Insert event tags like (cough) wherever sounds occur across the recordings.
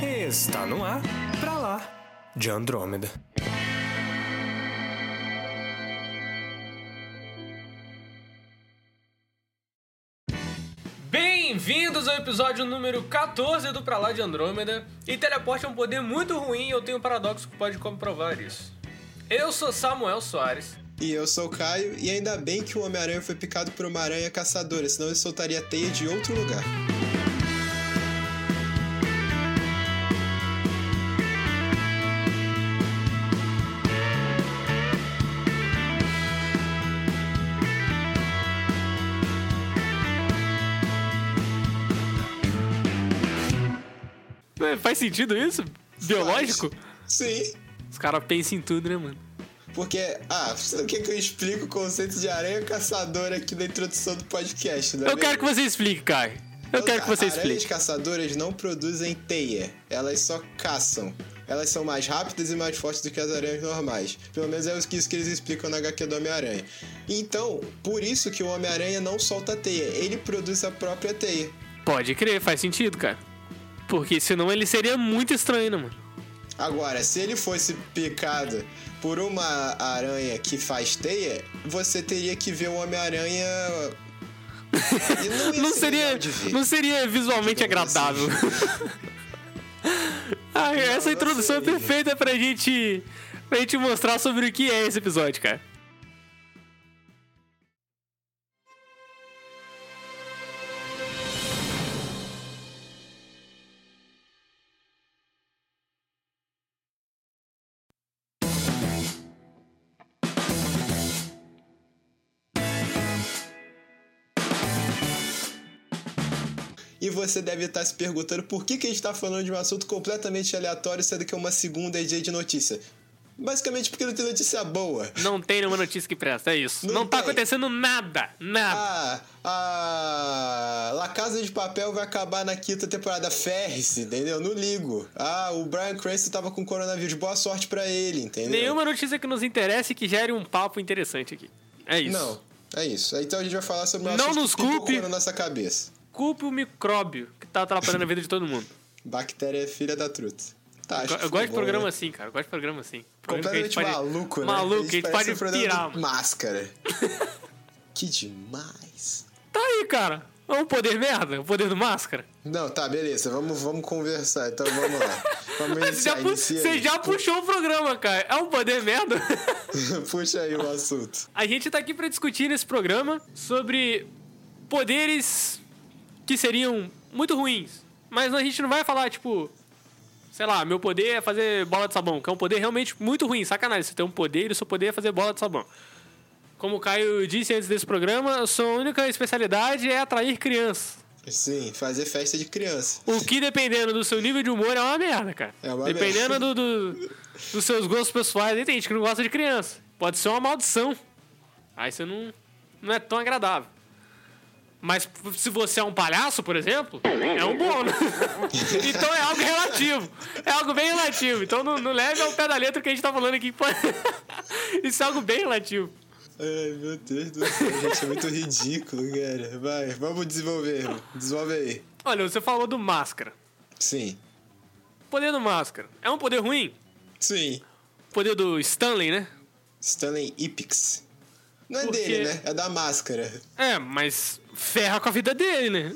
Está no ar, pra lá, de Andrômeda. Bem-vindos ao episódio número 14 do Pra Lá de Andrômeda. E teleporte é um poder muito ruim e eu tenho um paradoxo que pode comprovar isso. Eu sou Samuel Soares. E eu sou o Caio, e ainda bem que o Homem-Aranha foi picado por uma aranha caçadora, senão ele soltaria teia de outro lugar. É, Faz sentido isso? Biológico? Sim, Os caras pensam em tudo, né, mano? porque. Ah, o que que eu explico o conceito de aranha caçadora aqui na introdução do podcast, né? Eu quero que você explique, Kai. Eu quero que você Aranhas explique. caçadoras não produzem teia, elas só caçam. Elas são mais rápidas e mais fortes do que as aranhas normais. Pelo menos é isso que eles explicam na HQ do Homem-Aranha. Então, por isso que o Homem-Aranha não solta teia, ele produz a própria teia. Pode crer, faz sentido, cara. Porque senão ele seria muito estranho, né, mano? Agora, se ele fosse picado por uma aranha que faz teia, você teria que ver o Homem-Aranha. (laughs) E ia Não ser seria, legal de ver. não seria visualmente Digamos agradável. (laughs) Ah, essa não introdução é seria. perfeita pra gente, pra gente mostrar sobre o que é esse episódio, cara. E você deve estar se perguntando por que, que a gente está falando de um assunto completamente aleatório, sendo que é uma segunda e dia de notícia. Basicamente porque não tem notícia boa. Não tem nenhuma notícia que presta, é isso. Não, Não tá tem. acontecendo nada, nada. Ah, a La Casa de Papel vai acabar na quinta temporada. Ferre-se, entendeu? Não ligo. Ah, o Brian Cranston tava com coronavírus. Boa sorte pra ele, entendeu? nenhuma notícia que nos interesse e que gere um papo interessante aqui. É isso. Não, é isso. Então a gente vai falar sobre um Não assunto nos que pipocou culpe. na nossa cabeça. Culpe o micróbio que tá atrapalhando a vida de todo mundo. Bactéria é filha da truta. Tá, acho Eu, que ficou gosto de bom, programa né? assim, cara. Eu gosto de programa assim. Programa que a gente Completamente pode- maluco, né? Maluco, a gente parece pode um programa pirar, de mano. Máscara. (laughs) que demais. Tá aí, cara. É um poder merda, o poder do máscara. Não, tá, beleza. Vamos, vamos conversar. Então vamos lá. Vamos Você já, iniciar. pu- inicia você aí. (laughs) já puxou o programa, cara. É um poder merda. (laughs) Puxa aí o assunto. A gente tá aqui pra discutir nesse programa sobre poderes que seriam muito ruins. Mas a gente não vai falar, tipo, sei lá, meu poder é fazer bola de sabão, que é um poder realmente muito ruim. Sacanagem, você tem um poder e o seu poder é fazer bola de sabão. Como o Caio disse antes desse programa, sua única especialidade é atrair crianças. Sim, fazer festa de criança. O que, dependendo do seu nível de humor, é uma merda, cara. É uma dependendo merda. Do, do- dos seus gostos pessoais. aí Tem gente que não gosta de criança. Pode ser uma maldição. Aí você não, não é tão agradável. Mas se você é um palhaço, por exemplo, é um bônus. (laughs) então é algo relativo. É algo bem relativo. Então não, não leve ao pé da letra o que a gente tá falando aqui. (laughs) Isso é algo bem relativo. Ai, meu Deus do céu, gente, é muito ridículo, cara. Vai, vamos desenvolver. Desenvolve aí. Olha, você falou do máscara. Sim. Poder do máscara. É um poder ruim? Sim. Poder do Stanley, né? Stanley Ipix. Não é Por quê? dele, né? É da máscara. É, mas ferra com a vida (laughs) dele, né?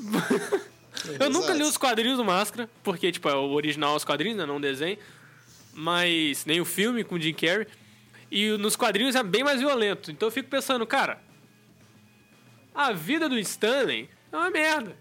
Eu nunca li os quadrinhos do Máscara, porque, tipo, é o original os quadrinhos, né? Não o desenho. Mas nem o filme com o Jim Carrey. E nos quadrinhos é bem mais violento. Então eu fico pensando, cara, a vida do Stanley é uma merda.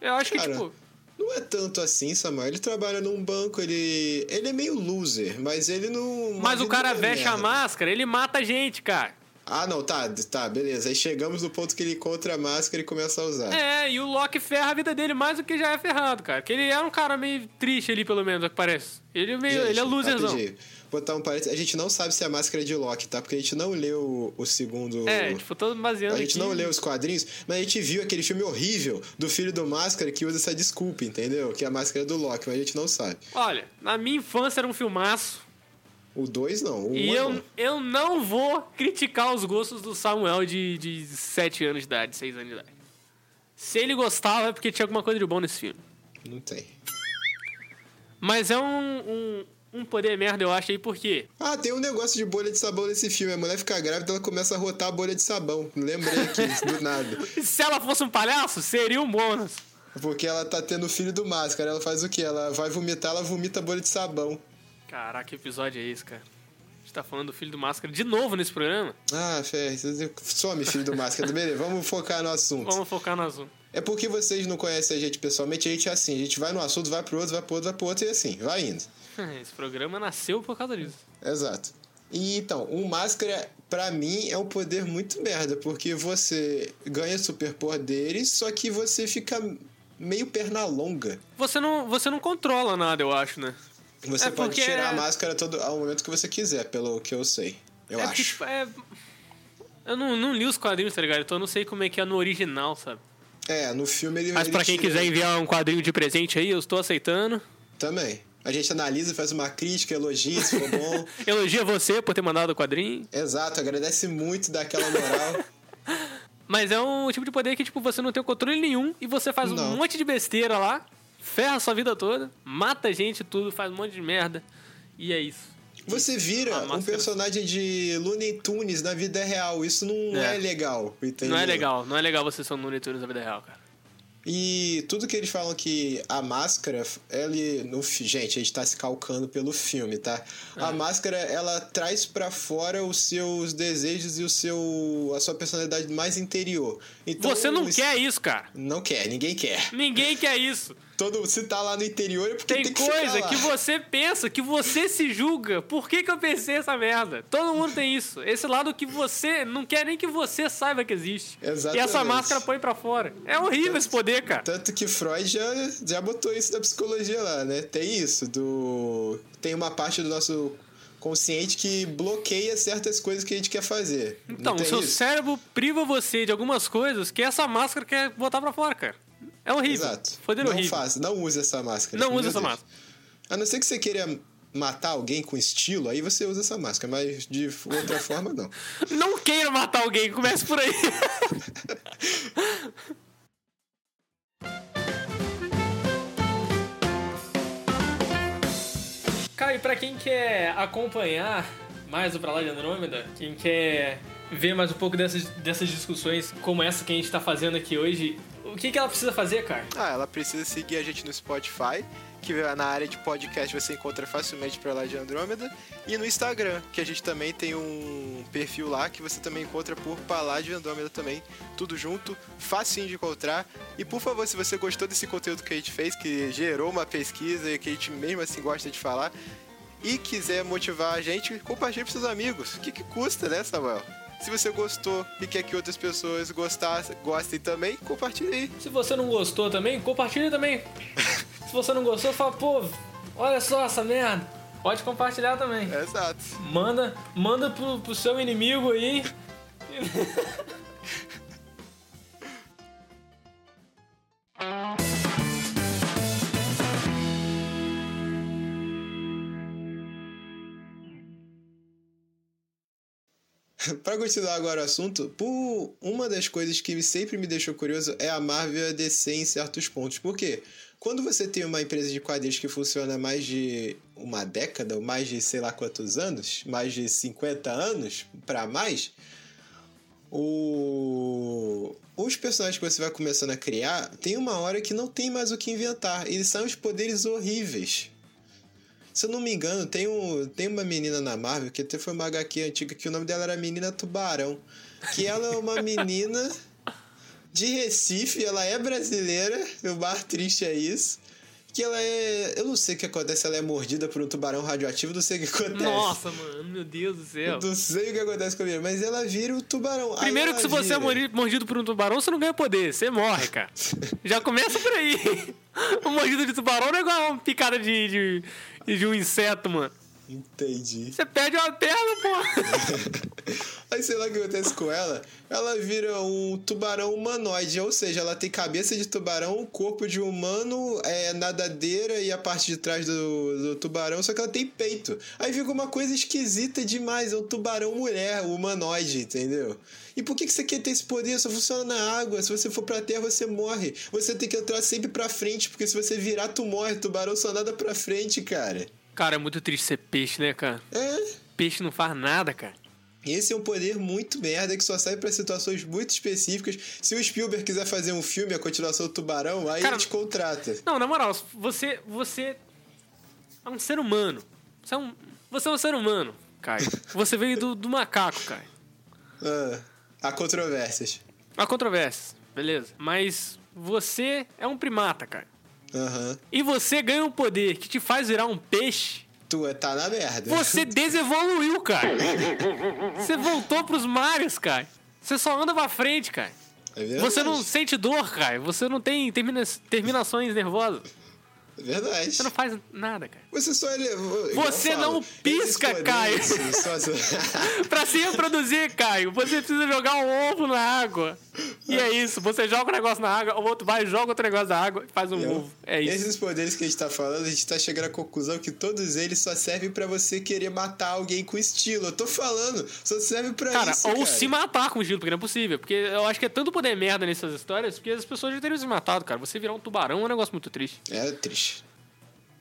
Eu acho que, Cara, tipo, Não é tanto assim, Samuel. Ele trabalha num banco, ele. Ele é meio loser, mas ele não. uma mas o vida cara não é veste a merda. máscara, ele mata a gente, cara. Ah, não, tá, tá, beleza. Aí chegamos no ponto que ele encontra a máscara e começa a usar. É, e o Loki ferra a vida dele mais do que já é ferrado, cara. Porque ele é um cara meio triste ali, pelo menos, é o que parece. Ele, é meio, Gente, ele é loserzão. rapidinho. Botar um parênteses. A gente não sabe se é a máscara de Loki, tá? Porque a gente não leu o, o segundo. É, tipo, todo baseando A gente aqui. não leu os quadrinhos, mas a gente viu aquele filme horrível do filho do Máscara que usa essa desculpa, entendeu? Que é a máscara do Loki, mas a gente não sabe. Olha, na minha infância era um filmaço. O 2 não, o 1 um e é eu, bom. eu não vou criticar os gostos do Samuel de, de 7 anos de idade, 6 anos de idade. Se ele gostava é porque tinha alguma coisa de bom nesse filme. não tem. Mas é um, um, um poder merda, eu acho, aí, por quê? Ah, tem um negócio de bolha de sabão nesse filme. A mulher fica grávida, então ela começa a rotar a bolha de sabão. Lembrei aqui, (laughs) do nada. Se ela fosse um palhaço, seria um bônus. Porque ela tá tendo o filho do Máscara. Ela faz o quê? Ela vai vomitar, ela vomita a bolha de sabão. Caraca, que episódio é esse, cara? A gente tá falando do filho do Máscara de novo nesse programa? Ah, Fer, você- some, filho do Máscara. Beleza, vamos focar no assunto. Vamos focar no azul. É porque vocês não conhecem a gente pessoalmente, a gente é assim. A gente vai no assunto, vai pro outro, vai pro outro, vai pro outro e assim, vai indo. (laughs) Esse programa nasceu por causa disso. Exato. E então, o Máscara, pra mim, é um poder muito merda, porque você ganha superpoderes, só que você fica meio perna longa. Você não, você não controla nada, eu acho, né? Você É pode porque- tirar a máscara todo, ao momento que você quiser, pelo que eu sei. Eu é porque, acho. tipo, é... Eu não, não li os quadrinhos, tá ligado? Então eu não sei como é que é no original, sabe? É, no filme ele. Mas ele pra quem tira quiser enviar um quadrinho de presente aí, eu estou aceitando. Também. A gente analisa, faz uma crítica, elogia, se for (laughs) bom. Elogia você por ter mandado o quadrinho. Exato, agradece muito daquela moral. Mas é um tipo de poder que, tipo, você não tem controle nenhum e você faz Não. um monte de besteira lá, ferra sua vida toda, mata gente e tudo, faz um monte de merda. E é isso. Você vira A um máscara. personagem de Looney Tunes na vida real. Isso não é, É. legal, entendeu? Não é legal, não é legal você ser um monitor da vida real, cara. E tudo que eles falam que a máscara, ele, no, fi- gente, a gente tá se calcando pelo filme, tá? É. A máscara, ela traz pra fora os seus desejos e o seu a sua personalidade mais interior. Então, Você não os- quer isso, cara. Não quer, ninguém quer. Ninguém quer isso. Todo se tá lá no interior é porque tem, Tem que ficar coisa lá. que você pensa, que você se julga. Por que, que eu pensei essa merda? Todo mundo tem isso. Esse lado que você não quer nem que você saiba que existe. E essa Exatamente. máscara põe pra fora. É horrível esse poder, cara. Tanto que Freud já, já botou isso na psicologia lá, né? Tem isso, do. Tem uma parte do nosso consciente que bloqueia certas coisas que a gente quer fazer. Não Então, o tem seu isso? cérebro priva você de algumas coisas que essa máscara quer botar pra fora, cara. É horrível. Exato. Poder não horrível. faça, não use essa máscara. Não Meu usa essa Deus. máscara. A não ser que você queira matar alguém com estilo, aí você usa essa máscara, mas de outra forma não. Não queira matar alguém, comece por (laughs) aí. Cara, e pra quem quer acompanhar mais o Pra Lá de Andrômeda, quem quer ver mais um pouco dessas, dessas discussões como essa que a gente tá fazendo aqui hoje, o que, que ela precisa fazer, cara? Ah, ela precisa seguir a gente no Spotify, que na área de podcast você encontra facilmente pra lá de Andrômeda, e no Instagram, que a gente também tem um perfil lá que você também encontra por Palá de Andrômeda também, tudo junto, facinho de encontrar. E por favor, se você gostou desse conteúdo que a gente fez, que gerou uma pesquisa e que a gente mesmo assim gosta de falar, e quiser motivar a gente, compartilhe com seus amigos. O que, que custa, né, Samuel? Se você gostou e quer que outras pessoas gostassem, gostem também, compartilhe aí. Se você não gostou também, compartilha (laughs) também. Se você não gostou, fala, pô, olha só essa merda. Pode compartilhar também. É Exato. Manda, manda pro, pro seu inimigo aí. (laughs) Pra continuar agora o assunto, por uma das coisas que sempre me deixou curioso é a Marvel e a DC em certos pontos. Por quê? Quando você tem uma empresa de quadrinhos que funciona há mais de uma década, ou mais de sei lá quantos anos, mais de 50 anos pra mais, o... os personagens que você vai começando a criar, tem uma hora que não tem mais o que inventar. Eles são os poderes horríveis. Se eu não me engano, tem, um, tem uma menina na Marvel, que até foi uma HQ antiga, que o nome dela era Menina Tubarão. Que ela é uma menina de Recife, ela é brasileira, o bar triste é isso. Que ela é. Eu não sei o que acontece, ela é mordida por um tubarão radioativo, não sei o que acontece. Nossa, mano, meu Deus do céu. Não sei o que acontece com a menina, mas ela vira o tubarão. Aí Primeiro ela que se você é vira- mordi- mordido por um tubarão, você não ganha poder, você morre, cara. Já começa por (laughs) aí. O mordido de tubarão não é igual uma picada de, de, de um inseto, mano. Entendi. Você perde uma perna, pô. Aí sei lá o que acontece com ela. Ela vira um tubarão humanoide, ou seja, ela tem cabeça de tubarão, corpo de humano, é, nadadeira e a parte de trás do, do tubarão, só que ela tem peito. Aí fica uma coisa esquisita demais, é um tubarão mulher, humanoide, entendeu? E por que, que você quer ter esse poder? Só funciona na água. Se você for pra terra, você morre. Você tem que entrar sempre pra frente, porque se você virar, tu morre. Tubarão só nada pra frente, cara. Cara, é muito triste ser peixe, né, cara? É. Peixe não faz nada, cara. Esse é um poder muito merda que só sai pra situações muito específicas. Se o Spielberg quiser fazer um filme, a continuação do Tubarão, aí Cara, ele te contrata. Não, na moral, você. Você. É um ser humano. Você é um, você é um ser humano, Caio. Você veio do, do macaco, Caio. Ah, há controvérsias. Há controvérsias, beleza. Mas você é um primata, cara. Aham. E você ganha um poder que te faz virar um peixe. Tu é- tá na merda. Você desevoluiu, cara. Você voltou pros mares, cara. Você só anda pra frente, cara. (laughs) É verdade. Você não sente dor, cara. Você não tem termina- terminações nervosas. É verdade. Você não faz nada, cara. Você só elevou. igual Você eu falo, não pisca, (laughs) esses Caio. poderes, só- (laughs) só- Pra se reproduzir, Caio, você precisa jogar um ovo na água. E é isso. Você joga um negócio na água, o outro vai, joga outro negócio na água e faz um ovo. É isso. Esses poderes que a gente tá falando, a gente tá chegando à conclusão que todos eles só servem pra você querer matar alguém com estilo. Eu tô falando, só serve pra Cara, É isso. ou cara. se matar com o Gilo, porque não é possível. Porque eu acho que é tanto poder merda nessas histórias, porque as pessoas já teriam se matado, cara. Você virar um tubarão é um negócio muito triste. É triste.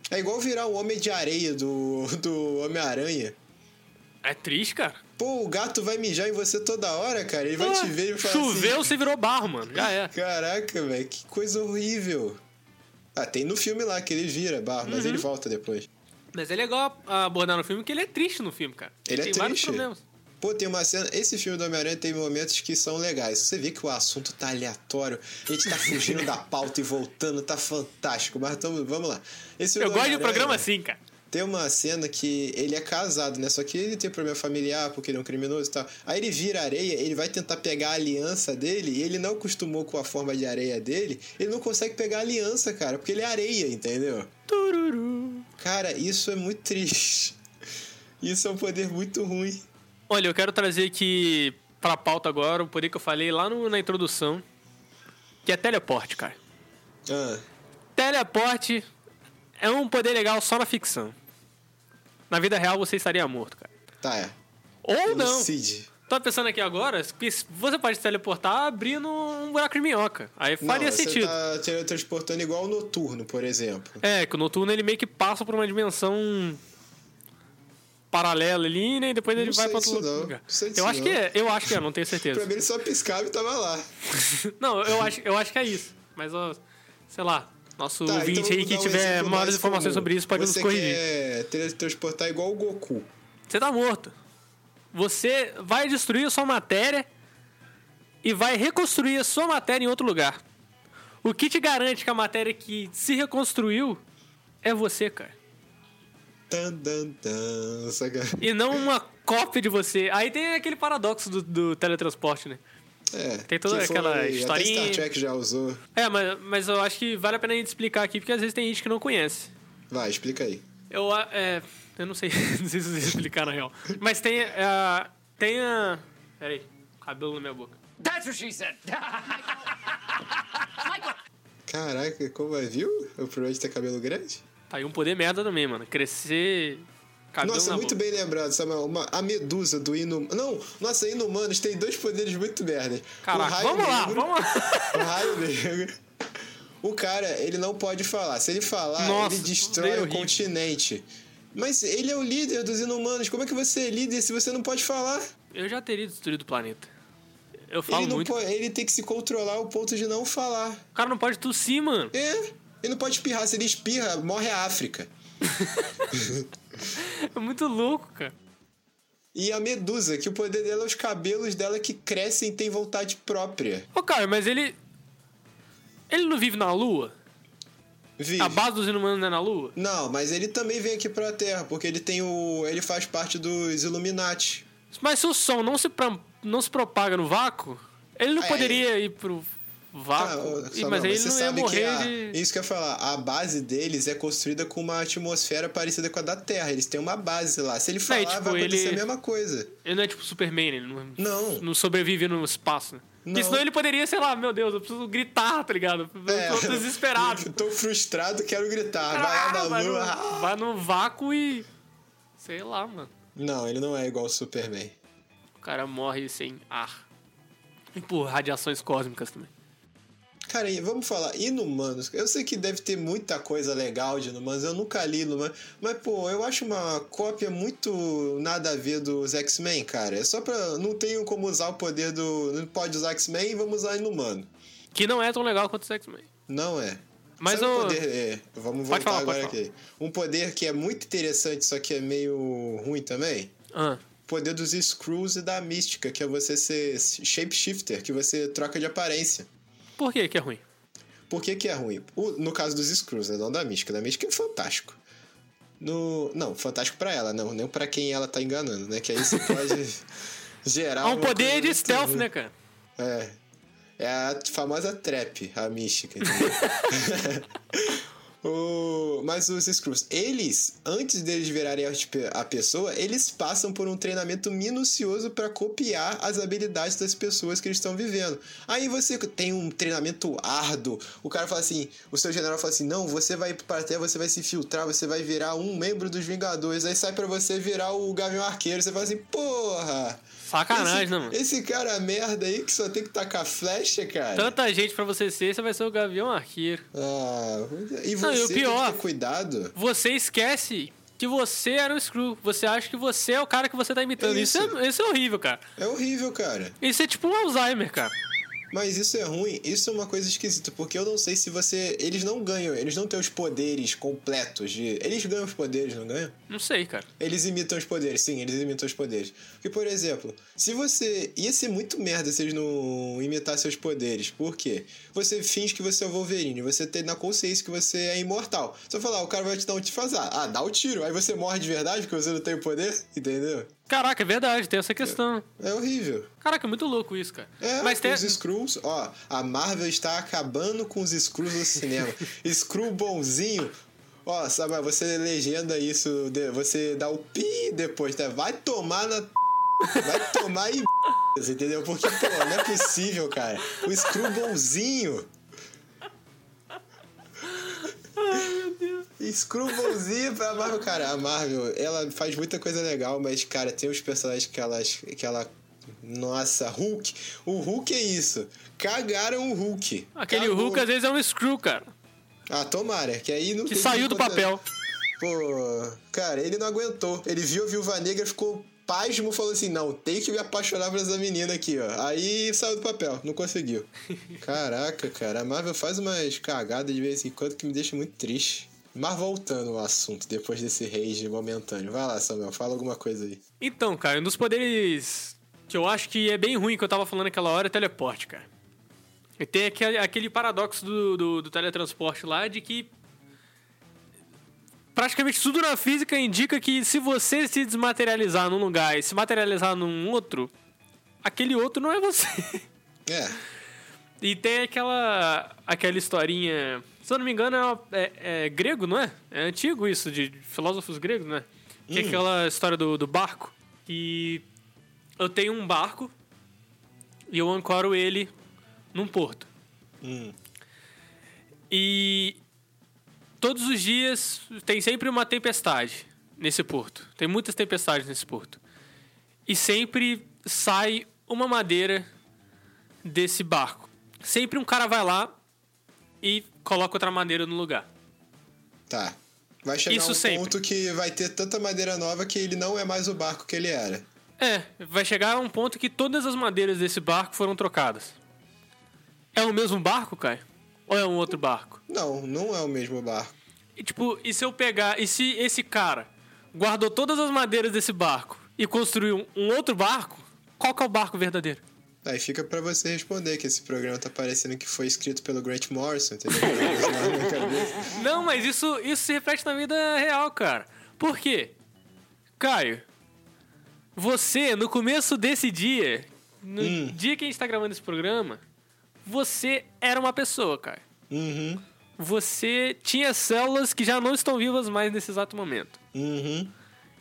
É igual virar o Homem de Areia do, do Homem-Aranha. É triste, cara. Pô, o gato vai mijar em você toda hora, cara. Ele vai te ver e falar Ah, Choveu, assim... você virou barro, mano. Já é. Caraca, velho, que coisa horrível. Ah, tem no filme lá que ele vira barro, mas Uhum. ele volta depois. Mas é legal abordar no filme que ele é triste no filme, cara. Ele é tem vários triste. problemas. Pô, tem uma cena... Esse filme do Homem-Aranha tem momentos que são legais. Você vê que o assunto tá aleatório. A gente tá fugindo da pauta e voltando. Tá fantástico. Mas tamo... vamos lá. Esse filme Eu do gosto de um Homem-Aranha- programa assim, cara. Tem uma cena que ele é casado, né? Só que ele tem problema familiar, porque ele é um criminoso e tal. Aí ele vira areia, ele vai tentar pegar a aliança dele, e ele não acostumou com a forma de areia dele, ele não consegue pegar a aliança, cara, porque ele é areia, entendeu? Tururu. Cara, isso é muito triste. (laughs) Isso é um poder muito ruim. Olha, eu quero trazer aqui pra pauta agora o poder que eu falei lá no- na introdução, que é teleporte, cara. Ah, Teleporte é um poder legal só na ficção. Na vida real você estaria morto, cara. tá, é. Ou não. Lucide. Tô pensando aqui agora, que você pode se teleportar abrindo um buraco de minhoca. Aí faria não, sentido. Você tá teletransportando igual o noturno, por exemplo. É, que o noturno ele meio que passa por uma dimensão paralela ali, né? E depois ele Não vai sei pra outro disso não. lugar. Não sei disso eu acho não. que é, eu acho que é, não (laughs) tenho Pra certeza. mim ele só piscava e tava lá. não, eu acho, eu acho que é isso. Mas, ó, sei lá, nosso Tá, ouvinte então aí vou que dar um tiver exemplo maiores mais comum. informações sobre isso pode Você nos corrigir. quer teletransportar igual o Goku. Você tá morto. Você vai destruir a sua matéria e vai reconstruir a sua matéria em outro lugar. O que te garante que a matéria que se reconstruiu é você, cara. Tan, tan, tan, saca? E não uma cópia de você. Aí tem aquele paradoxo do, do teletransporte, né? É, Tem toda que foi- aquela Até historinha. Star Trek já usou. É, mas, mas eu acho que vale a pena a gente explicar aqui, porque às vezes tem gente que não conhece. Vai, explica aí. Eu, a- é, eu não sei, (laughs) não sei se vocês explicaram na real. Mas tem, é, tem a... Peraí, cabelo na minha boca. Caraca, como é, viu? O problema de ter cabelo grande? Tá aí um poder merda também, mano. Crescer cabelo nossa, na muito boca. bem lembrado, Samuel. Uma- a medusa do Inum... Não, nossa, Inumanos tem dois poderes muito merda. o Caraca, raio vamos lá, negro- vamos lá. O Um raio negro... O cara, ele não pode falar. Se ele falar, ele Nossa, isso daí destrói é o horrível. continente. Mas ele é o líder dos inumanos. Como é que você é líder se você não pode falar? (laughs) Eu já teria destruído o planeta. Eu falo Ele, não muito. po- ele tem que se controlar ao ponto de não falar. O cara não pode tossir, mano. É, ele não pode espirrar. Se ele espirra, morre a África. É muito louco, cara. E a medusa, que o poder dela é os cabelos dela que crescem e tem vontade própria. Ô, cara, mas ele... Ele não vive na Lua? Vive. A base dos inumanos não é na Lua? Não, mas ele também vem aqui pra Terra, porque ele tem o. ele faz parte dos Illuminati. Mas se o som não se, pra- não se propaga no vácuo, ele não É, poderia ir pro vácuo. Ah, Ih, só mas não, aí você ele não ia sabe que morrer a, é de. Isso que eu ia falar, a base deles é construída com uma atmosfera parecida com a da Terra. Eles têm uma base lá. Se ele falar, tipo, vai acontecer ele- a mesma coisa. Ele não é tipo Superman, ele não, Não. não sobrevive no espaço. Né? Porque Não. É. senão ele poderia, sei lá, meu Deus, eu preciso gritar, tá ligado? Eu (laughs) (laughs) tô desesperado. Tô frustrado, quero gritar. Vai lá na Ah, vai, lua. no, vai no vácuo e. Sei lá, mano. Não, ele não é igual o Superman. O cara morre sem ar. E por radiações cósmicas também. Cara, e vamos falar, Inumanos. Eu sei que deve ter muita coisa legal de Inumanos, eu nunca li Inumanos. Mas, pô, eu acho uma cópia muito nada a ver dos X-Men, cara. É só pra. Não tenho como usar o poder do. Não pode usar X-Men, vamos usar Inumano. Que não é tão legal quanto o X-Men. Não é. Mas Sabe um o- poder, é, vamos voltar Pode falar, pode agora falar. aqui. Um poder que é muito interessante, só que é meio ruim também. Ah, O poder dos Screws e da Mística, que é você ser shapeshifter, que você troca de aparência. por que que é ruim? Por que, que é ruim? O- no caso dos Screws, né? Não da Mística. Da Mística é fantástico. No, não, fantástico pra ela, não. Não pra quem ela tá enganando, né? Que aí você (laughs) pode gerar. É um uma coisa poder de muito stealth, ruim. né, cara? É. É a famosa trap, a mística. entendeu? (laughs) O- Mas os Screws, eles, antes deles virarem a pe- a pessoa, eles passam por um treinamento minucioso para copiar as habilidades das pessoas que eles estão vivendo. Aí você tem um treinamento árduo, o cara fala assim, o seu general fala assim, não, você vai pra terra, você vai se filtrar, você vai virar um membro dos Vingadores, aí sai pra você virar o Gavião Arqueiro, você fala assim, porra! Sacanagem, esse, né, mano? Esse cara merda aí que só tem que tacar flecha, cara. Tanta gente pra você ser, você vai ser o Gavião Arqueiro. Ah, e você Não, e o tem pior- que ter cuidado. Você esquece que você era um Screw. Você acha que você é o cara que você tá imitando. Isso, Isso. é, isso é horrível, cara. É horrível, cara. Isso é tipo um Alzheimer, cara. Mas isso é ruim, isso é uma coisa esquisita, porque eu não sei se você. Eles não ganham, eles não têm os poderes completos de. Eles ganham os poderes, não ganham? Não sei, cara. Eles imitam os poderes, sim, eles imitam os poderes. Porque, por exemplo, se você. ia ser muito merda se eles não imitassem seus poderes. Por quê? Você finge que você é o Wolverine, você tem na consciência que você é imortal. Só falar, o cara vai te dar um tiro e fala, assim, ah, dá o tiro, aí você morre de verdade porque você não tem o poder, entendeu? Caraca, é verdade, tem essa questão. É horrível. Caraca, é muito louco isso, cara. É, Mas tem. os Skrulls, ó, a Marvel está acabando com os Skrulls no (laughs) cinema. Skrull bonzinho, ó, sabe, você legenda isso, de- você dá o pi depois, tá? Vai tomar na. Vai tomar em. Entendeu? Porque, pô, não é possível, cara. O Skrull bonzinho. Screwballzinho pra Marvel, cara. A Marvel, ela faz muita coisa legal, mas, cara, tem os personagens que ela. Que ela... Nossa, Hulk. O Hulk é isso. Cagaram o Hulk. Aquele Cagou. Hulk às vezes é um Screw, cara. Ah, tomara, que aí não Que tem saiu do acontecer. papel. Pô, cara, ele não aguentou. Ele viu a viúva negra, ficou pasmo, falou assim: não, tem que me apaixonar por essa menina aqui, ó. Aí saiu do papel, não (laughs) conseguiu. Caraca, cara, a Marvel faz umas cagadas de vez em quando que me deixa muito triste. Mas voltando ao assunto, depois desse rage momentâneo. Vai lá, Samuel, fala alguma coisa aí. Então, cara, um dos poderes que eu acho que é bem ruim que eu tava falando aquela hora é teleporte, cara. E tem aquele, aquele paradoxo do, do, do teletransporte lá de que praticamente tudo na física indica que se você se desmaterializar num lugar e se materializar num outro, aquele outro não é você. (laughs) É, E tem aquela aquela historinha, se eu não me engano, é, uma- é- é grego, não é? É antigo isso, de filósofos gregos, né? Que é aquela história do, do barco. Que eu tenho um barco e eu ancoro ele num porto. E todos os dias tem sempre uma tempestade nesse porto. Tem muitas tempestades nesse porto. E sempre sai uma madeira desse barco. Sempre um cara vai lá e coloca outra madeira no lugar. tá. Vai chegar Isso um sempre. ponto que vai ter tanta madeira nova que ele não é mais o barco que ele era. É, vai chegar a um ponto que todas as madeiras desse barco foram trocadas. É o mesmo barco, Caio? Ou é um outro barco? Não, não é o mesmo barco. E, tipo, e se eu pegar. E se esse cara guardou todas as madeiras desse barco e construiu um outro barco, qual que é o barco verdadeiro? Aí fica pra você responder que esse programa tá parecendo que foi escrito pelo Grant Morrison, entendeu? (laughs) Não, mas isso, isso se reflete na vida real, cara. Por quê? Caio, você, no começo desse dia, no dia que a gente tá gravando esse programa, você era uma pessoa, cara. Uhum. Você tinha células que já não estão vivas mais nesse exato momento. Uhum.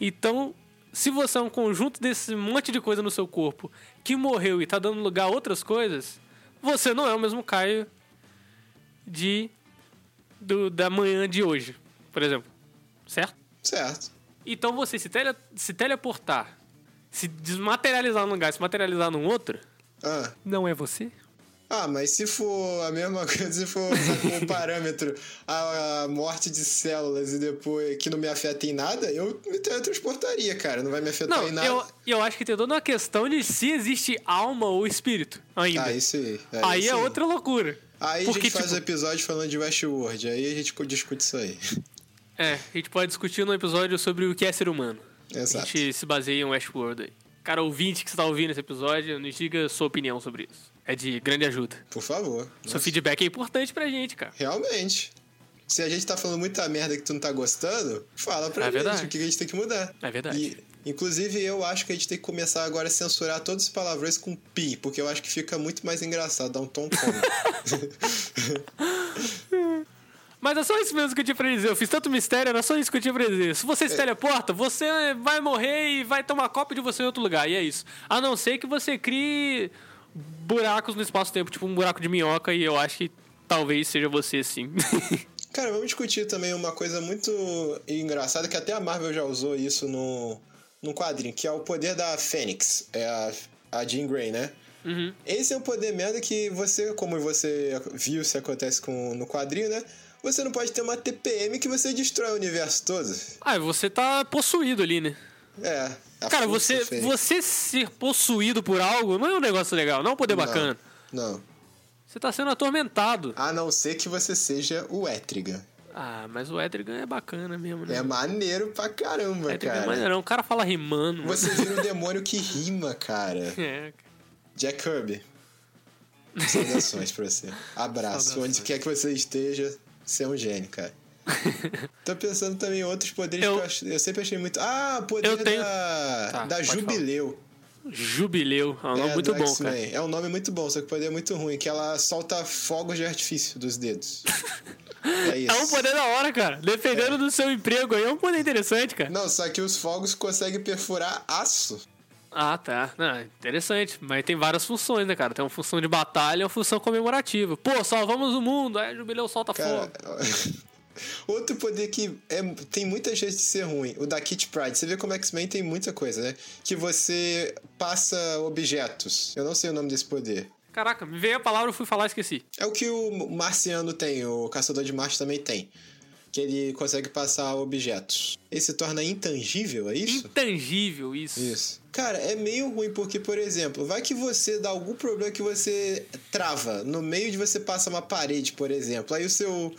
Então, se você é um conjunto desse monte de coisa no seu corpo que morreu e tá dando lugar a outras coisas, você não é o mesmo Caio de do- da manhã de hoje, por exemplo. Certo? Certo. Então você se, tele, se teleportar, se desmaterializar num lugar, se materializar num outro, Ah. não é você? Ah, mas se for a mesma (laughs) coisa, se for usar (laughs) como parâmetro a, a morte de células e depois que não me afeta em nada, eu me teletransportaria, cara. Não vai me afetar Não, em nada. eu, eu acho que tem toda uma questão de se existe alma ou espírito ainda. Ah, isso aí. aí isso é outra loucura. Aí a Porque, gente faz tipo, um episódio falando de Westworld, aí a gente co- discute isso aí. É, a gente pode discutir num episódio sobre o que é ser humano. Exato. A gente se baseia em um Westworld aí. Cara, ouvinte que está ouvindo esse episódio, nos diga sua opinião sobre isso. É de grande ajuda. Por favor. Seu feedback é importante pra gente, cara. Realmente. Se a gente tá falando muita merda que tu não tá gostando, fala pra É gente verdade. o que a gente tem que mudar. É verdade. E, inclusive, eu acho que a gente tem que começar agora a censurar todos os palavrões com pi, porque eu acho que fica muito mais engraçado, dá um tom cômico. Mas é só isso mesmo que eu tinha pra dizer. Eu fiz tanto mistério, era só isso que eu tinha pra dizer. Se você se teleporta, você vai morrer e vai tomar cópia de você em outro lugar. E é isso. A não ser que você crie buracos no espaço-tempo, tipo um buraco de minhoca, e eu acho que talvez seja você sim. (laughs) Cara, vamos discutir também uma coisa muito engraçada, que até a Marvel já usou isso no, num quadrinho, que é o poder da Fênix, é a, a Jean Grey, né? Uhum. Esse é um poder merda que você, como você viu se acontece com, no quadrinho, né? Você não pode ter uma TPM que você destrói o universo todo. ah, você tá possuído ali, né? É. a Cara, força você, Fênix. você ser possuído por algo não é um negócio legal, não é um poder Não, bacana. Não. Você tá sendo atormentado. A não ser que você seja o Etrigan. Ah, mas o Edrigan é bacana mesmo, né? É maneiro pra caramba, o Edrigan é cara. maneirão. O cara fala rimando. mano. Você vira um demônio que rima, cara. (laughs) É, cara. Jack Kirby. Saudações pra você. Abraço. Saudações. Onde quer que você esteja, você é um gênio, cara. Tô pensando também em outros poderes Eu- que eu, ach- eu sempre achei muito. Ah, o poder Eu tenho- da, Tá, da pode falar. Jubileu. Jubileu. É um nome É, muito do bom, X-Men. cara. É um nome muito bom, só que o poder é muito ruim, que ela solta fogos de artifício dos (laughs) dedos. É isso. É um poder da hora, cara. Defendendo do seu emprego aí, é um poder interessante, cara. Não, só que os fogos conseguem perfurar aço. Ah, tá. Ah, interessante. Mas tem várias funções, né, cara? Tem uma função de batalha e uma função comemorativa. Pô, salvamos o mundo. Aí Jubileu solta Cara, fogo. (laughs) outro poder que é, tem muita chance de ser ruim, o da Kit Pride. Você vê como X-Men tem muita coisa, né? Que você passa objetos. Eu não sei o nome desse poder. Caraca, me veio a palavra, eu fui falar e esqueci. É o que o Marciano tem, o Caçador de Marte também tem. Que ele consegue passar objetos. Ele se torna intangível, é isso? Intangível, isso. Isso. Cara, é meio ruim porque, por exemplo, vai que você dá algum problema que você trava no meio de você passa uma parede, por exemplo. Aí o seu. O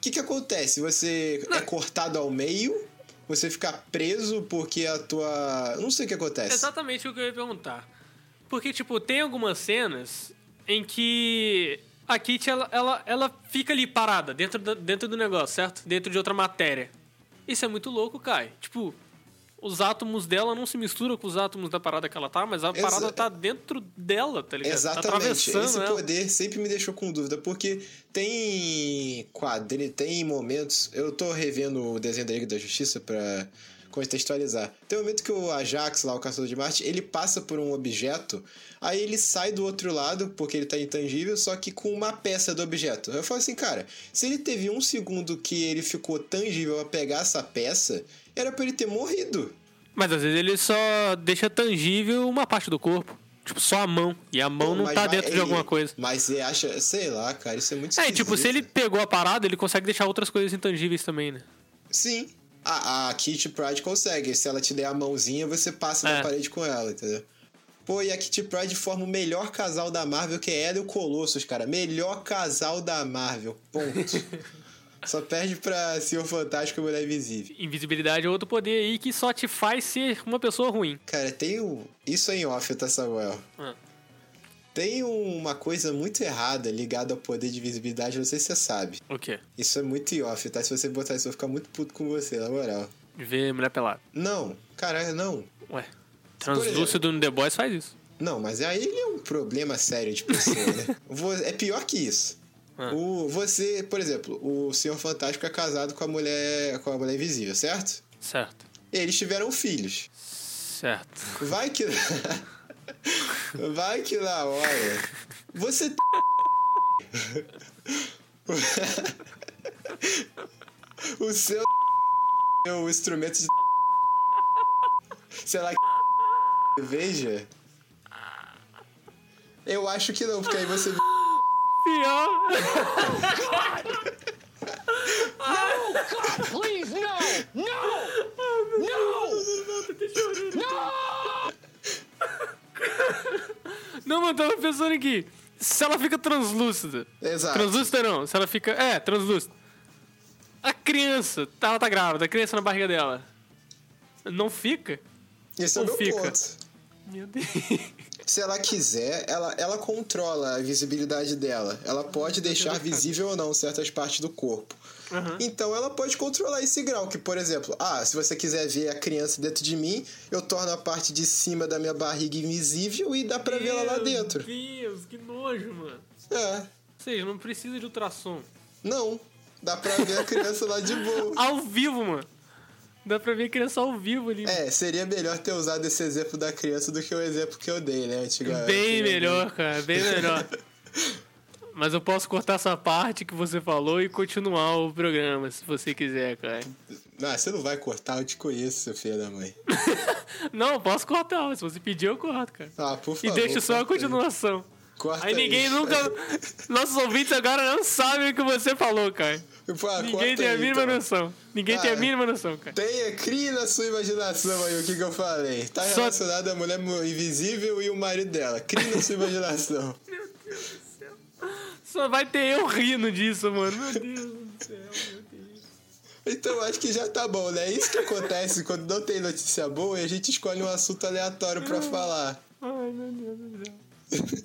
que que acontece? Você é cortado ao meio, você fica preso porque a tua. Não sei o que acontece. Exatamente o que eu ia perguntar. Porque, tipo, tem algumas cenas em que a Kit, ela, ela, ela fica ali parada, dentro do, dentro do negócio, certo? Dentro de outra matéria. Isso é muito louco, Kai. Tipo, os átomos dela não se misturam com os átomos da parada que ela tá, mas a parada tá dentro dela, tá ligado? Tá Exatamente. atravessando Esse ela. poder sempre me deixou com dúvida, porque tem quadri, tem momentos. Eu tô revendo o desenho da Liga da Justiça pra contextualizar. Tem um momento que o Ajax, lá, o Caçador de Marte, ele passa por um objeto, aí ele sai do outro lado, porque ele tá intangível, só que com uma peça do objeto. Eu falo assim, cara, se ele teve um segundo que ele ficou tangível a pegar essa peça, era pra ele ter morrido. Mas às vezes ele só deixa tangível uma parte do corpo. Tipo, só a mão. E a mão não Mas tá vai- dentro de ele- alguma coisa. Mas você acha, sei lá, cara, isso é muito É, e, tipo, esquisito. se ele pegou a parada, ele consegue deixar outras coisas intangíveis também, né? Sim. A, a Kit Pride consegue. Se ela te der a mãozinha, você passa É. na parede com ela, entendeu? Pô, e a Kit Pride forma o melhor casal da Marvel, que é ela e o Colossus, cara. Melhor casal da Marvel. (laughs) Ponto. Só perde pra Senhor Fantástico e Mulher Invisível. Invisibilidade é outro poder aí que só te faz ser uma pessoa ruim. Cara, tem um... Isso é em off, tá, Samuel? Ah. Tem uma coisa muito errada ligada ao poder de visibilidade, não sei se você sabe. O quê? Isso é muito em off, tá? Se você botar isso, eu vou ficar muito puto com você, na moral. Ver mulher pelada. Não, caralho, não. Ué. exemplo- Translúcido no The Boys faz isso. Não, mas aí ele é um problema sério de pessoa, né? Vo- É pior que isso. Ah. O, você, por exemplo, o Senhor Fantástico é casado com a mulher com a mulher invisível, certo? Certo. Eles tiveram filhos. Certo. Vai que. Vai que na hora. Você. o seu. é O instrumento de. Sei lá. que- Veja. Eu acho que não, porque aí você. Pior. Please, no! No! Não, mas eu tava pensando aqui. Se ela fica translúcida. Exato. Translúcida não. Se ela fica. É, translúcida. A criança, tá- ela tá grávida, a criança na barriga dela. Não fica? Esse é o Ou meu fica. ponto. Meu Deus. Se ela quiser, ela, ela controla a visibilidade dela. Ela pode deixar visível ou não certas partes do corpo. Então ela pode controlar esse grau, que por exemplo, ah, se você quiser ver a criança dentro de mim, eu torno a parte de cima da minha barriga invisível e dá pra ver ela lá dentro. Meu Deus, que nojo, mano. É. Ou seja, não precisa de ultrassom. Não. Dá pra ver a criança lá de (laughs) boa. Ao vivo, mano. Dá pra ver a criança ao vivo ali. É, seria melhor ter usado esse exemplo da criança do que o exemplo que eu dei, né, antigamente. Bem melhor, cara, (laughs) bem melhor. Mas eu posso cortar essa parte que você falou e continuar o programa, se você quiser, cara. Ah, você não vai cortar, eu te conheço, seu filho da mãe. Não, eu posso cortar. Se você pedir, eu corto, cara. Ah, por E favor. deixa só a corta aí. continuação. Corta Aí ninguém nunca. Nossos ouvintes agora não sabem o que você falou, cara. (laughs) Pô, ah, Ninguém corta tem a aí, mínima então. noção. Ninguém tem a Ah. mínima noção, cara. Tenha, crie na sua imaginação aí o que, que eu falei. Tá Só- relacionado à mulher mu- invisível e o marido dela. Crie na sua imaginação. Só vai ter eu rindo disso, mano. Meu Deus do céu, meu Deus. Então acho que já tá bom, né? Isso que acontece quando não tem notícia boa e a gente escolhe um assunto aleatório pra falar. Ai, meu Deus do céu.